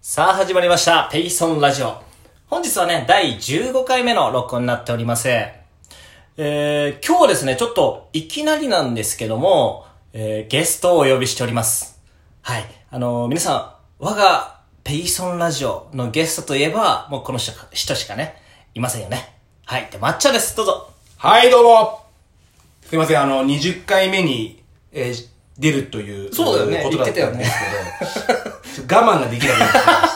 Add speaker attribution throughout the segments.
Speaker 1: さあ始まりました、ペイソンラジオ。本日はね、第15回目の録音になっております。えー、今日はですね、ちょっといきなりなんですけども、えー、ゲストをお呼びしております。はい。あのー皆さん、我がペイソンラジオのゲストといえば、もうこの人か人しかね、いませんよね。はい。で、抹茶です。どうぞ。
Speaker 2: はい、どうもすいません、あの、20回目に、えー出るという、
Speaker 3: そうだよね
Speaker 2: ことだったんですけど、 ちょっと我慢ができなくなってしまいまし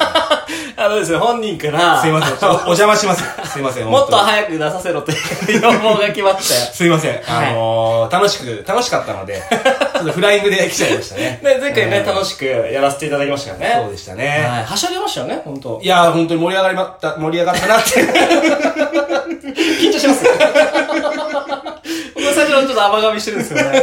Speaker 1: あのですね、本人から、
Speaker 2: た。すい ません、ちょっとお邪魔します。すいません、
Speaker 1: もっと
Speaker 2: 本当に
Speaker 1: 早く出させろという要望が来ましたよ。
Speaker 2: すいません、
Speaker 1: はい
Speaker 2: あのー楽しく、楽しかった ので、ちょっとフライングで来ちゃいましたね。
Speaker 1: ね、前回ね、
Speaker 2: うん
Speaker 1: 楽しくやらせていただきましたからね。
Speaker 2: そうでしたね。
Speaker 1: はい。はしゃぎましたよね、本当
Speaker 2: い、やー、本当に盛り上がりまった、盛り上がったな って。
Speaker 1: 緊張します。僕は最初のちょっと甘噛みしてるんですよね。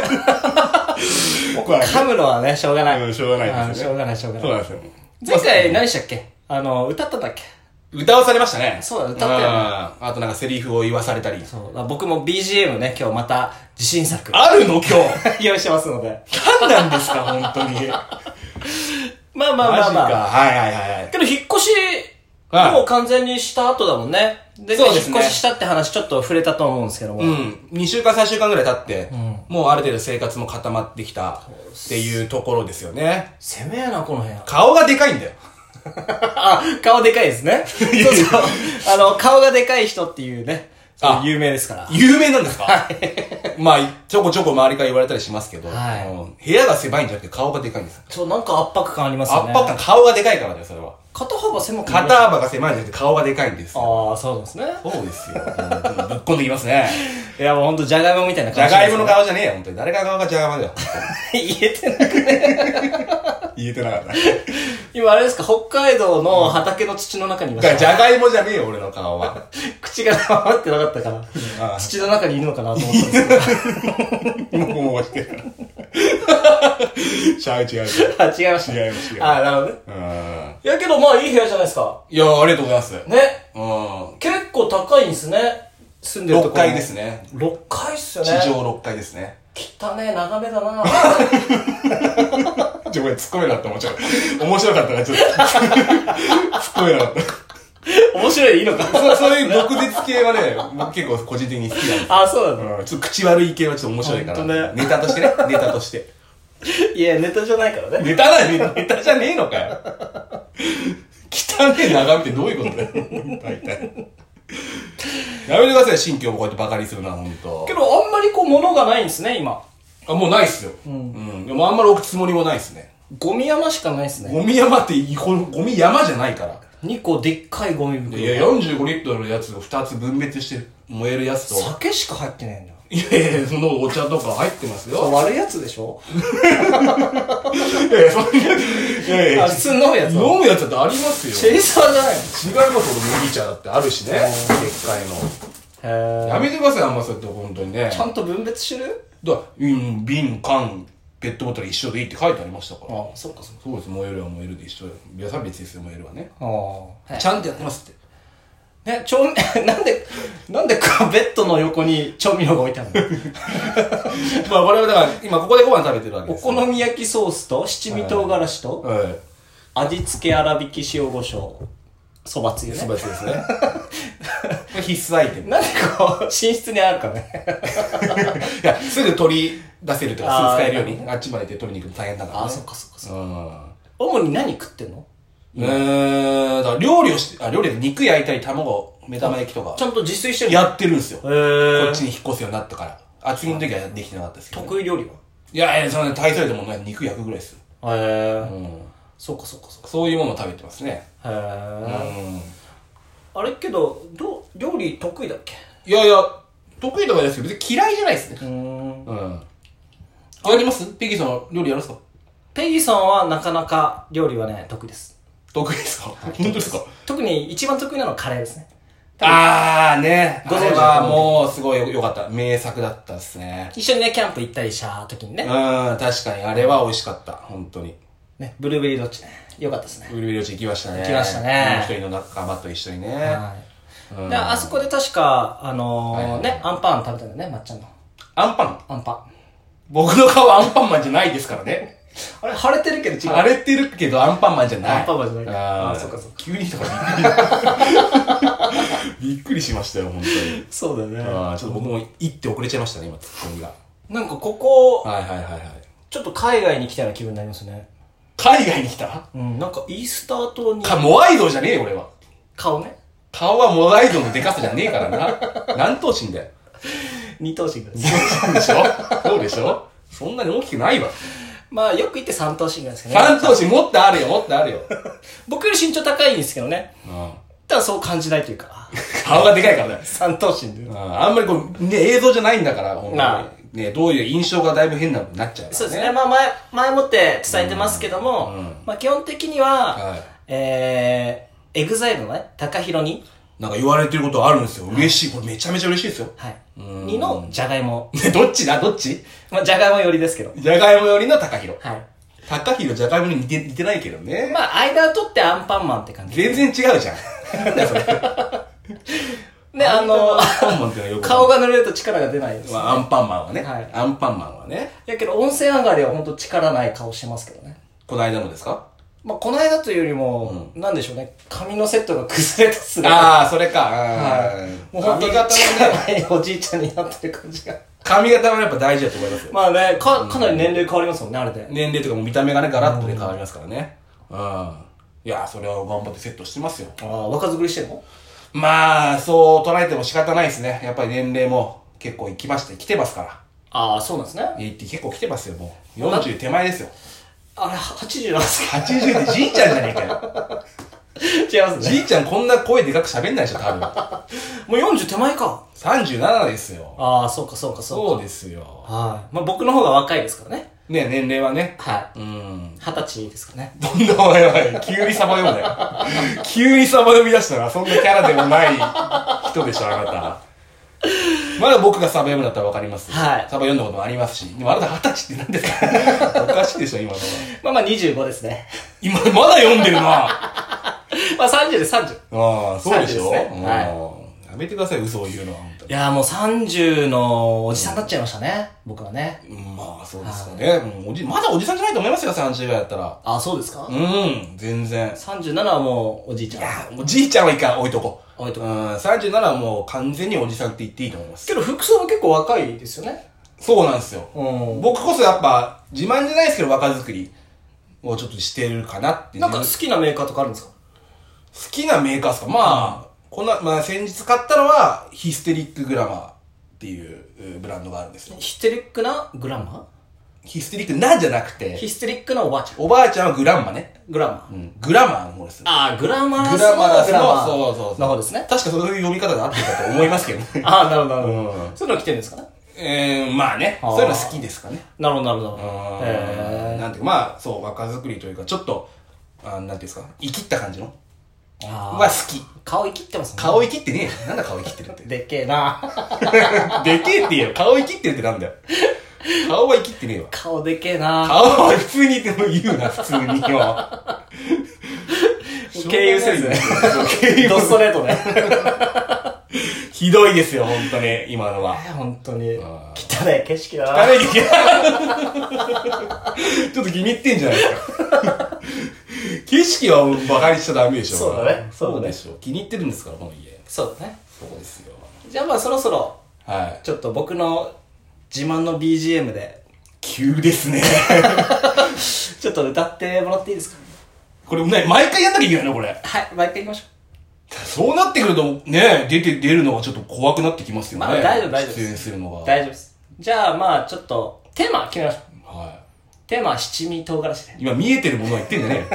Speaker 2: 僕はね
Speaker 1: 噛むのはね、しょうがない。
Speaker 2: うんしょうがないですよね
Speaker 1: あーしょうがない、しょうが
Speaker 2: そう
Speaker 1: な。
Speaker 2: ないんですよ。
Speaker 1: 前回何したっけあの、歌ったんだっけ
Speaker 2: 歌わされましたね。
Speaker 1: そうだ歌ったよね
Speaker 2: あーあとなんかセリフを言わされたり。
Speaker 1: そう。だから僕も BGM ね、今日また自信作。
Speaker 2: あるの今日
Speaker 1: 用意してますので。
Speaker 2: 何なんですか、本当に。
Speaker 1: まあまあまあ
Speaker 2: マジか
Speaker 1: まあ。
Speaker 2: はいはいはいはい。
Speaker 1: けど引っ越し、
Speaker 2: はい
Speaker 1: もう完全にした後だもんね。で、
Speaker 2: そうですね
Speaker 1: 引っ越ししたって話ちょっと触れたと思うんですけども。
Speaker 2: うん。2週間3週間ぐらい経って、もうある程度生活も固まってきたっていうところですよね。
Speaker 1: 攻めやな、この部屋。
Speaker 2: 顔がでかいんだよ。
Speaker 1: あ、 顔でかいですね。そうそう。あの、顔がでかい人っていうね、
Speaker 2: あ
Speaker 1: 有名です から。
Speaker 2: 有名なんですかまあ、ちょこちょこ周りから言われたりしますけど、
Speaker 1: はい
Speaker 2: うん部屋が狭いんじゃなくて顔がでかいんです。
Speaker 1: そう、なんか圧迫感あります
Speaker 2: 圧
Speaker 1: よね。
Speaker 2: 迫感、顔がでかいからだよ、それは。
Speaker 1: 肩幅狭くない
Speaker 2: 肩幅が狭いんじゃなくて顔がでかいんです。そ
Speaker 1: ああ、そうですね。
Speaker 2: うですよ。うんぶっこんできますね。
Speaker 1: いや、もうほんと、じゃがいもみたいな
Speaker 2: じゃ
Speaker 1: 感じ、
Speaker 2: がいもの。顔じゃねえよ、本当に。誰か顔がじゃがいもだよ。
Speaker 1: 言えてない。
Speaker 2: 言えてなかった。
Speaker 1: 今、あれですか、北海道の畑の土の中にいま
Speaker 2: だから
Speaker 1: し
Speaker 2: じ
Speaker 1: た。
Speaker 2: ゃがいもじゃねえよ、俺の 顔は。
Speaker 1: 口が回ってなかったから、
Speaker 2: あ
Speaker 1: 土の中にいるのかなと思ったんですけ
Speaker 2: もごもごしてる。ちゃう 違う違う。
Speaker 1: ど。あ、違いました。
Speaker 2: 違います違います
Speaker 1: ああ、なるほどね。
Speaker 2: うん。
Speaker 1: い
Speaker 2: い
Speaker 1: や、けど、まあ、いい部屋じゃないですか。
Speaker 2: や、ありがとうございます。
Speaker 1: ね。
Speaker 2: う
Speaker 1: 結構高いんですね。住んで
Speaker 2: ん。
Speaker 1: るとこ
Speaker 2: 6階です。ね。
Speaker 1: 6階っすよ
Speaker 2: 地
Speaker 1: ね。
Speaker 2: 上6階ですね。
Speaker 1: 汚ねえ眺めだな
Speaker 2: ちょ、これ突っ込めなかった、もうちろん。面白かったな、ちょっと。突っ込めなかった。
Speaker 1: 面白いでいいのか
Speaker 2: そう そういう毒舌系はね、僕結構個人的に好きなんです。
Speaker 1: あ、そうなの
Speaker 2: うん、ちょっと口悪い系はちょっと面白いか
Speaker 1: ほんとね
Speaker 2: ら。ネタとしてね。ネタとして。
Speaker 1: いや、ネタじゃないからね。
Speaker 2: ネタだよ、ネタじゃねえのかよ。汚ねえ眺めってどういうことだよ、大体。やめてください、新居をこうやってバカにするな、ほんと
Speaker 1: け。ど、あんまりこう、物がないんですね、今。
Speaker 2: あ、もうないっすよ。うん。でもあんまり置くつもりもないっすね。
Speaker 1: ゴミ山しかないですね。
Speaker 2: ゴミ山って、このゴミ山じゃないから。
Speaker 1: 2個でっかいゴミ袋。
Speaker 2: いや、45リットルのやつを2つ分別して燃えるやつと。
Speaker 1: 酒しか入ってないんだよ。
Speaker 2: いやいや、そのお茶とか入ってますよ。
Speaker 1: 悪いやつでしょ
Speaker 2: いやいや、そんないやい
Speaker 1: あ、
Speaker 2: や
Speaker 1: 普、通飲むやつ。
Speaker 2: 飲むやつだってあります
Speaker 1: チェ
Speaker 2: よ。
Speaker 1: イサーじゃない
Speaker 2: 違います、俺麦茶だってあるしね。でっかいの。
Speaker 1: のへ
Speaker 2: やめてください、あんまそうやって、本当にね。
Speaker 1: ーちゃんと分別してる
Speaker 2: だうん、瓶、缶、ペットボトル一緒でいいって書いてありましたから。
Speaker 1: あ、そっかそっか。
Speaker 2: そうです、燃えるは燃えるで一緒よ。いや、差別ですよ、燃えるはね。
Speaker 1: ああ。
Speaker 2: ちゃんとやってますって。
Speaker 1: ね、調味、 なんで、なんでこうベッドの横に調味料が置いてあるの
Speaker 2: まあ、我々だから、今ここでご飯食べてるわ け
Speaker 1: お
Speaker 2: ですよ。
Speaker 1: 好み焼きソースと七味唐辛子と、
Speaker 2: はい。
Speaker 1: 味付け粗挽き塩胡椒、そばつゆね
Speaker 2: 素晴。らしいで すね。これ必須アイテム。い
Speaker 1: なんでこう、寝室にあるかね。
Speaker 2: や、すぐ取り出せると
Speaker 1: あー
Speaker 2: か、すぐ使えるように、あっちまで行って取りに行くの大変だから、ね。
Speaker 1: あ、そっかそっかそっか。
Speaker 2: うん。
Speaker 1: 主に何食ってんの
Speaker 2: えー、だから料理をして、あ、料理で肉焼いたり、卵、目玉焼きとか
Speaker 1: ち、ゃんと自炊してる
Speaker 2: やってるんですよ。
Speaker 1: へ
Speaker 2: こ
Speaker 1: ー
Speaker 2: っちに引っ越すようになったから。厚木の時はできてなかったですけどね、
Speaker 1: 得意料理
Speaker 2: いやいや、そんな大それたもんない。肉焼くぐらいですよ。
Speaker 1: はへえ。
Speaker 2: うん。
Speaker 1: そうかそうかそう
Speaker 2: そういうものを食べてますね。
Speaker 1: か。
Speaker 2: う
Speaker 1: へえ。
Speaker 2: ん。
Speaker 1: あれけど、どう、料理得意だっけ
Speaker 2: いやいや、得意とかじゃないですけど、別に嫌いじゃないです
Speaker 1: う
Speaker 2: ね。
Speaker 1: ん。
Speaker 2: うん。やりますペギーさんは料理やるんですか
Speaker 1: ペギーさんはなかなか料理はね、得意です。
Speaker 2: 得意ですか本当ですか
Speaker 1: 特に一番得意なのはカレーですね。
Speaker 2: あーね。
Speaker 1: ご
Speaker 2: こ
Speaker 1: 存知
Speaker 2: れはもうすごい良かった。名作だったっすね。
Speaker 1: 一緒にね、キャンプ行ったりした時に
Speaker 2: うん、
Speaker 1: ね、
Speaker 2: 確かに。あれは美味しかった。本当に。
Speaker 1: ね、ブルーベリーどっちね、よかったですね。
Speaker 2: ウルビロチ行きましたね。
Speaker 1: 行きましたね
Speaker 2: もう一人の仲間と一緒にね。
Speaker 1: はい。で、あそこで確か、あのー、ね、アンパン食べたんだよね、まっちゃんの。
Speaker 2: アンパン。
Speaker 1: アンパン。
Speaker 2: 僕の顔はアンパンマンじゃないですからね。
Speaker 1: あれ、晴れてるけど違う。
Speaker 2: 荒れてるけどアンパンマンじゃない。
Speaker 1: アンパンマンじゃないか
Speaker 2: あ
Speaker 1: あ
Speaker 2: ー
Speaker 1: そっか そっか
Speaker 2: 急にとかびっくり。びっくりしましたよ、本当に。
Speaker 1: そうだね。
Speaker 2: あーちょっと僕も行って遅れちゃいましたね、今、ツッコミが。
Speaker 1: なんかここ、
Speaker 2: はいはいはいはい。
Speaker 1: ちょっと海外に来たような気分になりますね。
Speaker 2: 海外に来た
Speaker 1: うん、なんかイースター島に
Speaker 2: か、モアイ像じゃねえよ、俺は。
Speaker 1: 顔ね。
Speaker 2: 顔はモアイ像のデカさじゃねえからな。何頭身だよ。
Speaker 1: 二頭身ぐらいです。
Speaker 2: そうでしょそうでしょそんなに大きくないわ。
Speaker 1: まあ、よく言って三頭身ぐらいですけどね。
Speaker 2: 三頭身もっとあるよ、もっとあるよ。
Speaker 1: 僕より身長高いんですけどね。
Speaker 2: うん
Speaker 1: ただそう感じないというか、あ
Speaker 2: 顔がでかいからだよ。
Speaker 1: 三頭身で
Speaker 2: うん。あんまりこう、ね、映像じゃないんだから、ほん
Speaker 1: なあ
Speaker 2: とに。ね、どういう印象がだいぶ変なのになっちゃうから、
Speaker 1: そうですね。まあ、前、前もって伝えてますけども、
Speaker 2: うん
Speaker 1: まあ、基本的には、
Speaker 2: はい
Speaker 1: えー、エグザイルのね、高弘に、
Speaker 2: なんか言われてることあるんですよ。嬉しい。これめちゃめちゃ嬉しいですよ。
Speaker 1: はい。
Speaker 2: うん
Speaker 1: にの、じゃがいも。
Speaker 2: ね、どっちだどっち
Speaker 1: まあ、じゃがいも寄りですけど。
Speaker 2: じゃがいもよりの高弘。
Speaker 1: はい。
Speaker 2: 高弘じゃがいもに似て、似てないけどね。
Speaker 1: まあ、間を取ってアンパンマンって感じ。
Speaker 2: 全然違うじゃん。なんだよそれ。
Speaker 1: で、あの、
Speaker 2: アンパンマンってのはよく。
Speaker 1: 顔が濡れると力が出ないです。
Speaker 2: まあ、アンパンマンはね。
Speaker 1: はい
Speaker 2: アンパンマンはね。
Speaker 1: いやけど、温泉上がりは本当力ない顔してますけどね。
Speaker 2: この間のですか
Speaker 1: まあ、この間というよりも、なんでしょうね、髪のセットが崩れたすね。
Speaker 2: ああ、それか。あ
Speaker 1: は
Speaker 2: ー
Speaker 1: い。もう本当
Speaker 2: 髪
Speaker 1: に
Speaker 2: 型はね、
Speaker 1: 力ないおじいちゃんになってる感じが。
Speaker 2: 髪型はやっぱ大事だと思いますよ。
Speaker 1: まあね、か、かなり年齢変わりますもんね、あれで。
Speaker 2: 年齢とかもう見た目がね、ガラッとね、変わりますからね。うん。いやー、それは頑張ってセットしてますよ。
Speaker 1: ああ、若作りしてんの
Speaker 2: まあ、そう捉えても仕方ないですね。やっぱり年齢も結構行きまして、来てますから。
Speaker 1: ああ、そうなんですね。
Speaker 2: 行って結構来てますよ、もう。40手前ですよ。
Speaker 1: あれ、80なんですか
Speaker 2: 80でじいちゃんじゃねえかよ。
Speaker 1: 違いますね。
Speaker 2: じいちゃんこんな声でかく喋んないでしょ、多分。
Speaker 1: もう40手前か。
Speaker 2: 37ですよ。
Speaker 1: ああ、そうか、そうか、そう
Speaker 2: そうですよ。
Speaker 1: か。はい。まあ僕の方が若いですからね。
Speaker 2: ね、年齢はね。
Speaker 1: はい。
Speaker 2: うん。
Speaker 1: 二十歳ですかね。
Speaker 2: どんどん、おいおい、急にサバ読 むだよ。急にサバ読み出したら、そんなキャラでもない人でしょ、あなた。まだ僕がサバ読むんだったらわかります。
Speaker 1: はい
Speaker 2: サバ読んだこともありますし。でもあなた二十歳って何で すかおかしいでしょ、今のは。
Speaker 1: まあまあ25ですね。
Speaker 2: 今、まだ読んでるな。あ
Speaker 1: まあ30です、30。
Speaker 2: あ、そうでしょ、
Speaker 1: そうですね
Speaker 2: うん
Speaker 1: は
Speaker 2: やめてください、嘘を言うのは、本当
Speaker 1: いやーもう30のおじさんになっちゃいましたね。僕はね。
Speaker 2: に。うんまあ、そうですかね。うんおじ、まだおじさんじゃないと思いますよ、30代だったら。
Speaker 1: ああ、そうですか、
Speaker 2: うん、全然。
Speaker 1: ?37 はもうおじいちゃん。
Speaker 2: もうじいちゃんは一回置いとこう。
Speaker 1: 置いとこ
Speaker 2: うん、37はもう完全におじさんって言っていいと思います。
Speaker 1: けど服装も結構若いですよね。
Speaker 2: そうなんですよ。
Speaker 1: うん。
Speaker 2: 僕こそやっぱ、自慢じゃないですけど、若作りをちょっとしてるかなって。
Speaker 1: なんか好
Speaker 2: 自分
Speaker 1: きなメーカーとかあるんですか
Speaker 2: 好きなメーカーですかまあ、こんな、まあ先日買ったのは、ヒステリックグラマーっていうえーブランドがあるんですよ。
Speaker 1: ヒステリックなグランマ
Speaker 2: ヒステリックなんじゃなく
Speaker 1: ー
Speaker 2: て、
Speaker 1: ヒステリックなおばあちゃん。
Speaker 2: おばあちゃんはグランマね。
Speaker 1: グランマー。
Speaker 2: うん、グラマーの方です。
Speaker 1: ああ、グラマラスの
Speaker 2: グラマラス
Speaker 1: グラマ
Speaker 2: の、
Speaker 1: ー
Speaker 2: そうそうそう。
Speaker 1: の方ですね。
Speaker 2: 確かそういう読み方で合ってたと思いますけどね。
Speaker 1: ああ、なるほど、なるほ
Speaker 2: う
Speaker 1: ど。そういうの着てるんですかね
Speaker 2: えー、まあね、
Speaker 1: あー
Speaker 2: そういうの好きですかね。
Speaker 1: なるほど、なるほど。
Speaker 2: えー、
Speaker 1: へ
Speaker 2: なんていうか、まあ、そう、若作りというか、ちょっと、あーなんていうんですか、生きった感じの
Speaker 1: え。あー
Speaker 2: は好き。
Speaker 1: 顔生きってますね。
Speaker 2: 顔生きってねえよなんだ顔生きってるって。で
Speaker 1: でっけえな。
Speaker 2: けえって言えよ。顔生きってるってなんだよ。顔は生きってねえわ。
Speaker 1: 顔でっけえな。
Speaker 2: 顔は普通にでも言うな、普通によ。
Speaker 1: 経由せずね
Speaker 2: そう経由
Speaker 1: ドストレートね。
Speaker 2: ひどいですよ、本当に、今のは。
Speaker 1: 本当に。汚
Speaker 2: ん
Speaker 1: い景色だ
Speaker 2: ダ
Speaker 1: な。
Speaker 2: メにいけないちょっと気に入ってんじゃないですか。景色は馬鹿にしちゃダメでしょ。
Speaker 1: そうだね
Speaker 2: そ
Speaker 1: そううだ
Speaker 2: で
Speaker 1: ね
Speaker 2: しょ。気に入ってるんですから、この家。
Speaker 1: そうだね。
Speaker 2: そうですよ。
Speaker 1: じゃあまあそろそろ、
Speaker 2: はい。
Speaker 1: ちょっと僕の自慢の BGM で、
Speaker 2: 急ですね。
Speaker 1: ちょっと歌ってもらっていいですか
Speaker 2: これ、ね、毎回やんなきゃいけないの、これ。
Speaker 1: はい、毎回行きましょ
Speaker 2: そうなってくると、ね、出て、出るのがちょっと怖くなってきます
Speaker 1: う。
Speaker 2: よね。
Speaker 1: まあ大丈夫、大丈夫
Speaker 2: 出演
Speaker 1: です
Speaker 2: るのが。
Speaker 1: す。大丈夫です。じゃあまあちょっと、テーマ決めましょう。
Speaker 2: は
Speaker 1: テーマは七味唐辛子で。
Speaker 2: い。今見えてるものを言ってんじゃねえ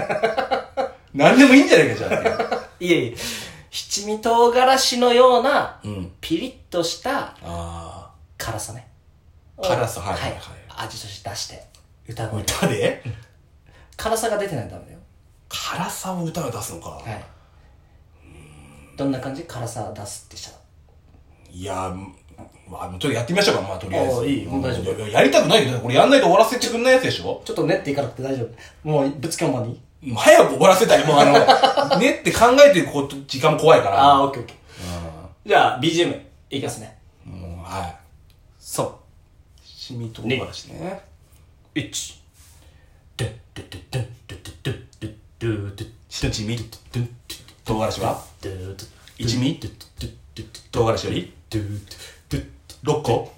Speaker 2: よ。 何でもいいんじゃねえか、じゃ
Speaker 1: いえいえ、七味唐辛子のような
Speaker 2: あ。、うん。
Speaker 1: ピリッとした
Speaker 2: あ
Speaker 1: 辛さね。
Speaker 2: 辛さはい
Speaker 1: は
Speaker 2: はい
Speaker 1: い
Speaker 2: はい。
Speaker 1: 味として出して、歌
Speaker 2: あ。
Speaker 1: 声。
Speaker 2: 歌で
Speaker 1: 辛さが出てないとダメだよ。
Speaker 2: 辛さを歌を出すのか。
Speaker 1: はい。どんな感じ辛さ出すってしたら。
Speaker 2: いやー、まあ、ちょっとやってみましょうか、まあ、とりあえ
Speaker 1: あ
Speaker 2: ず。
Speaker 1: ーいいもう大丈夫
Speaker 2: いやいややりたくないけど、これやんないと終わらせてくんないやつでしょ
Speaker 1: ちょっと練っていかなくて大丈夫。もうぶつけんまに。
Speaker 2: もう早く終わらせたい。もうあの、 ねって考えてること、時間も怖いから。
Speaker 1: ああ、オッケーオッケー。じゃあ、BGM いきますね。
Speaker 2: うん。もうは
Speaker 1: そ
Speaker 2: い。しみ唐辛子ね。
Speaker 1: う。1、ドゥンドゥドゥドゥンドゥドゥドゥドゥドゥ
Speaker 2: 一味み
Speaker 1: ドゥン
Speaker 2: 唐辛子は
Speaker 1: ドゥドゥドゥ
Speaker 2: 一味
Speaker 1: ドゥドゥドゥ
Speaker 2: 唐辛子より
Speaker 1: ドゥドゥドゥドゥ
Speaker 2: 6個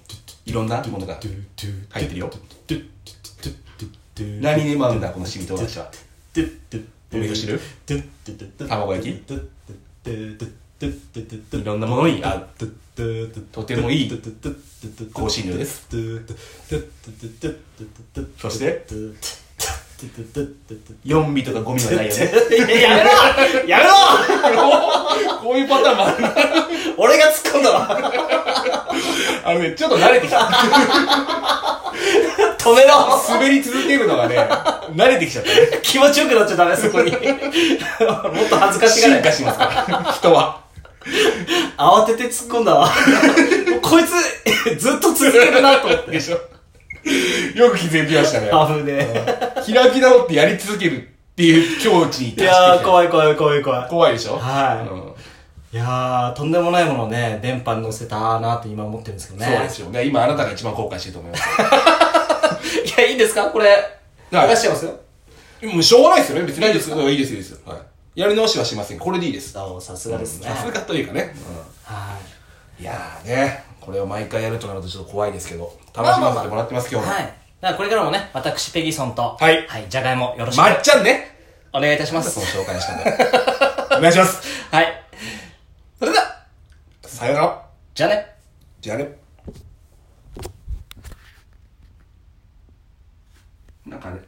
Speaker 2: いろんなものが
Speaker 1: ドゥドゥ
Speaker 2: 入ってるよ
Speaker 1: ドゥドゥドゥドゥ
Speaker 2: 何にも合うんだこの七味唐辛子は
Speaker 1: ドゥドゥドゥ
Speaker 2: お味噌汁
Speaker 1: ドゥドゥドゥ
Speaker 2: 卵焼き
Speaker 1: ドゥドゥドゥドゥドゥドゥ
Speaker 2: いろんなものに合う
Speaker 1: と
Speaker 2: てもいい
Speaker 1: 香
Speaker 2: 香辛料ですそして4味とか5味はないよね
Speaker 1: やめろやめろ
Speaker 2: こういうパターンもあるな
Speaker 1: 俺が突っ込んだわ
Speaker 2: あのねちょっと慣れてきた
Speaker 1: 止めろ
Speaker 2: 滑り続けるのがね 慣れてきちゃったね
Speaker 1: 気持ちよくなっちゃダメそこにもっと恥ずかしが
Speaker 2: 進
Speaker 1: れ
Speaker 2: 化しますから 人は
Speaker 1: 慌てて突っ込んだわこいつずっと続けるなと思って
Speaker 2: でしょ よく気づきましたね
Speaker 1: 危ね
Speaker 2: 開き直ってやり続けるっていう境地に達してき
Speaker 1: えい
Speaker 2: た
Speaker 1: やー怖い怖い怖い怖い
Speaker 2: 怖いでしょ
Speaker 1: はい
Speaker 2: うん
Speaker 1: いやーとんでもないものをね電波に乗せたなって今思ってるんですけどね
Speaker 2: そうですよね今あなたが一番後悔してると思います
Speaker 1: いや、いいですかこれ、
Speaker 2: はい
Speaker 1: 流しちゃいますよ。
Speaker 2: よ もうしょうがないですよね別にいいですよいいですよいいですよはいやり直しはしませんこれでいいです
Speaker 1: あさすがですね。
Speaker 2: さすがというかね
Speaker 1: はい
Speaker 2: やーねこれを毎回やるとなるとちょっと怖いですけど楽
Speaker 1: まあ
Speaker 2: し
Speaker 1: まあ
Speaker 2: ま
Speaker 1: まあ
Speaker 2: せてもらってます今
Speaker 1: い。
Speaker 2: 日も
Speaker 1: はい。だからこれからもね、私、ペギソンと、
Speaker 2: はい
Speaker 1: はい、じゃがいもよろしく
Speaker 2: まっちゃんね
Speaker 1: お願いいたしま
Speaker 2: そ
Speaker 1: す
Speaker 2: の。紹介したんだ お願いします
Speaker 1: はい。それでは、
Speaker 2: さよなら
Speaker 1: じゃあね。
Speaker 2: じゃあねなんかね